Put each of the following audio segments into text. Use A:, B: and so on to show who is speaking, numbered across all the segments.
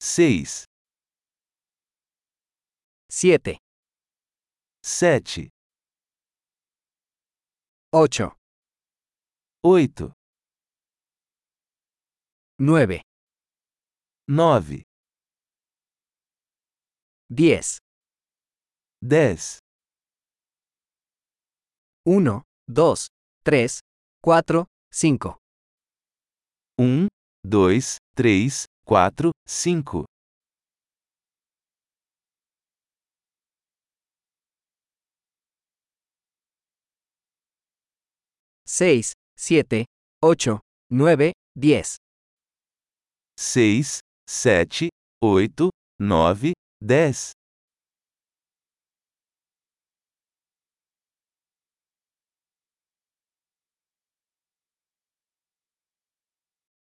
A: 6,
B: 7,
A: 7,
B: 8,
A: 8,
B: 9,
A: 9,
B: 10,
A: 10,
B: 1, 2, 3, 4, 5,
A: 1, 2, 3, 4, 5.
B: seis, siete, ocho, nueve, diez,
A: 6, 7, 8, 9, 10,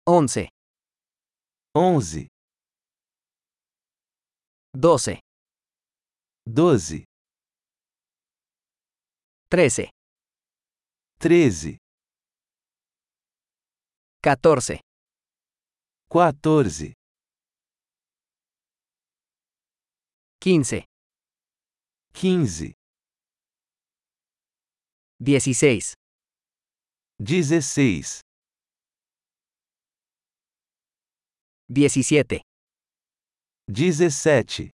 B: 11,
A: 11,
B: 12,
A: 12,
B: 13,
A: 13,
B: 14,
A: 14,
B: 15,
A: 15,
B: 16,
A: 16,
B: 17,
A: 17,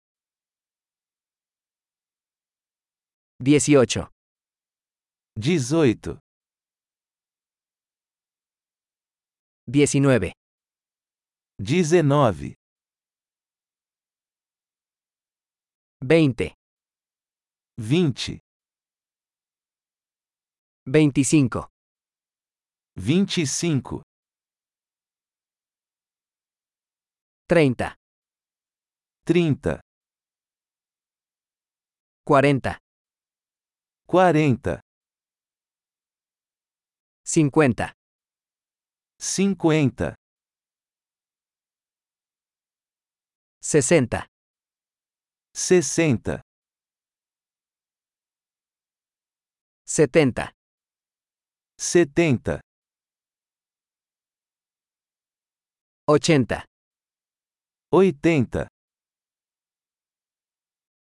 B: 18,
A: 18,
B: 19,
A: 19,
B: 20,
A: 20,
B: 25,
A: 25,
B: 30,
A: 30,
B: 40,
A: 40,
B: 50,
A: 50,
B: 60,
A: 60,
B: 70,
A: 70,
B: 80,
A: 80,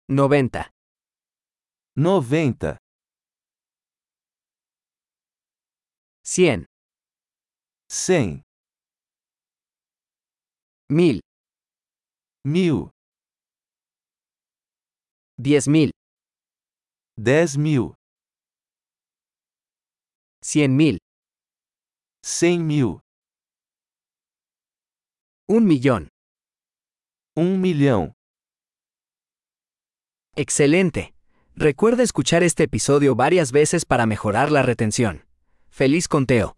B: 90,
A: 90,
B: 100,
A: 100,
B: 1000,
A: 1000,
B: 10000,
A: 10 mil,
B: 100000,
A: 100 mil,
B: 1 millón.
A: 1 milhão.
B: Excelente. Recuerda escuchar este episodio varias veces para mejorar la retención. Feliz conteo.